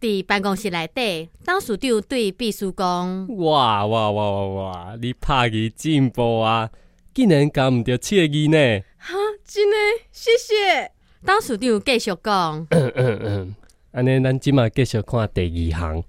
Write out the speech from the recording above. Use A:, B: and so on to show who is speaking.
A: 伫办公室内底，董事长对秘书讲，
B: 哇哇哇哇哇！你拍字进步啊，竟然讲毋着七个字呢！
C: 哈，真的，谢谢。
A: 董事长继续讲，
B: 安尼，咱即马继续看第二行。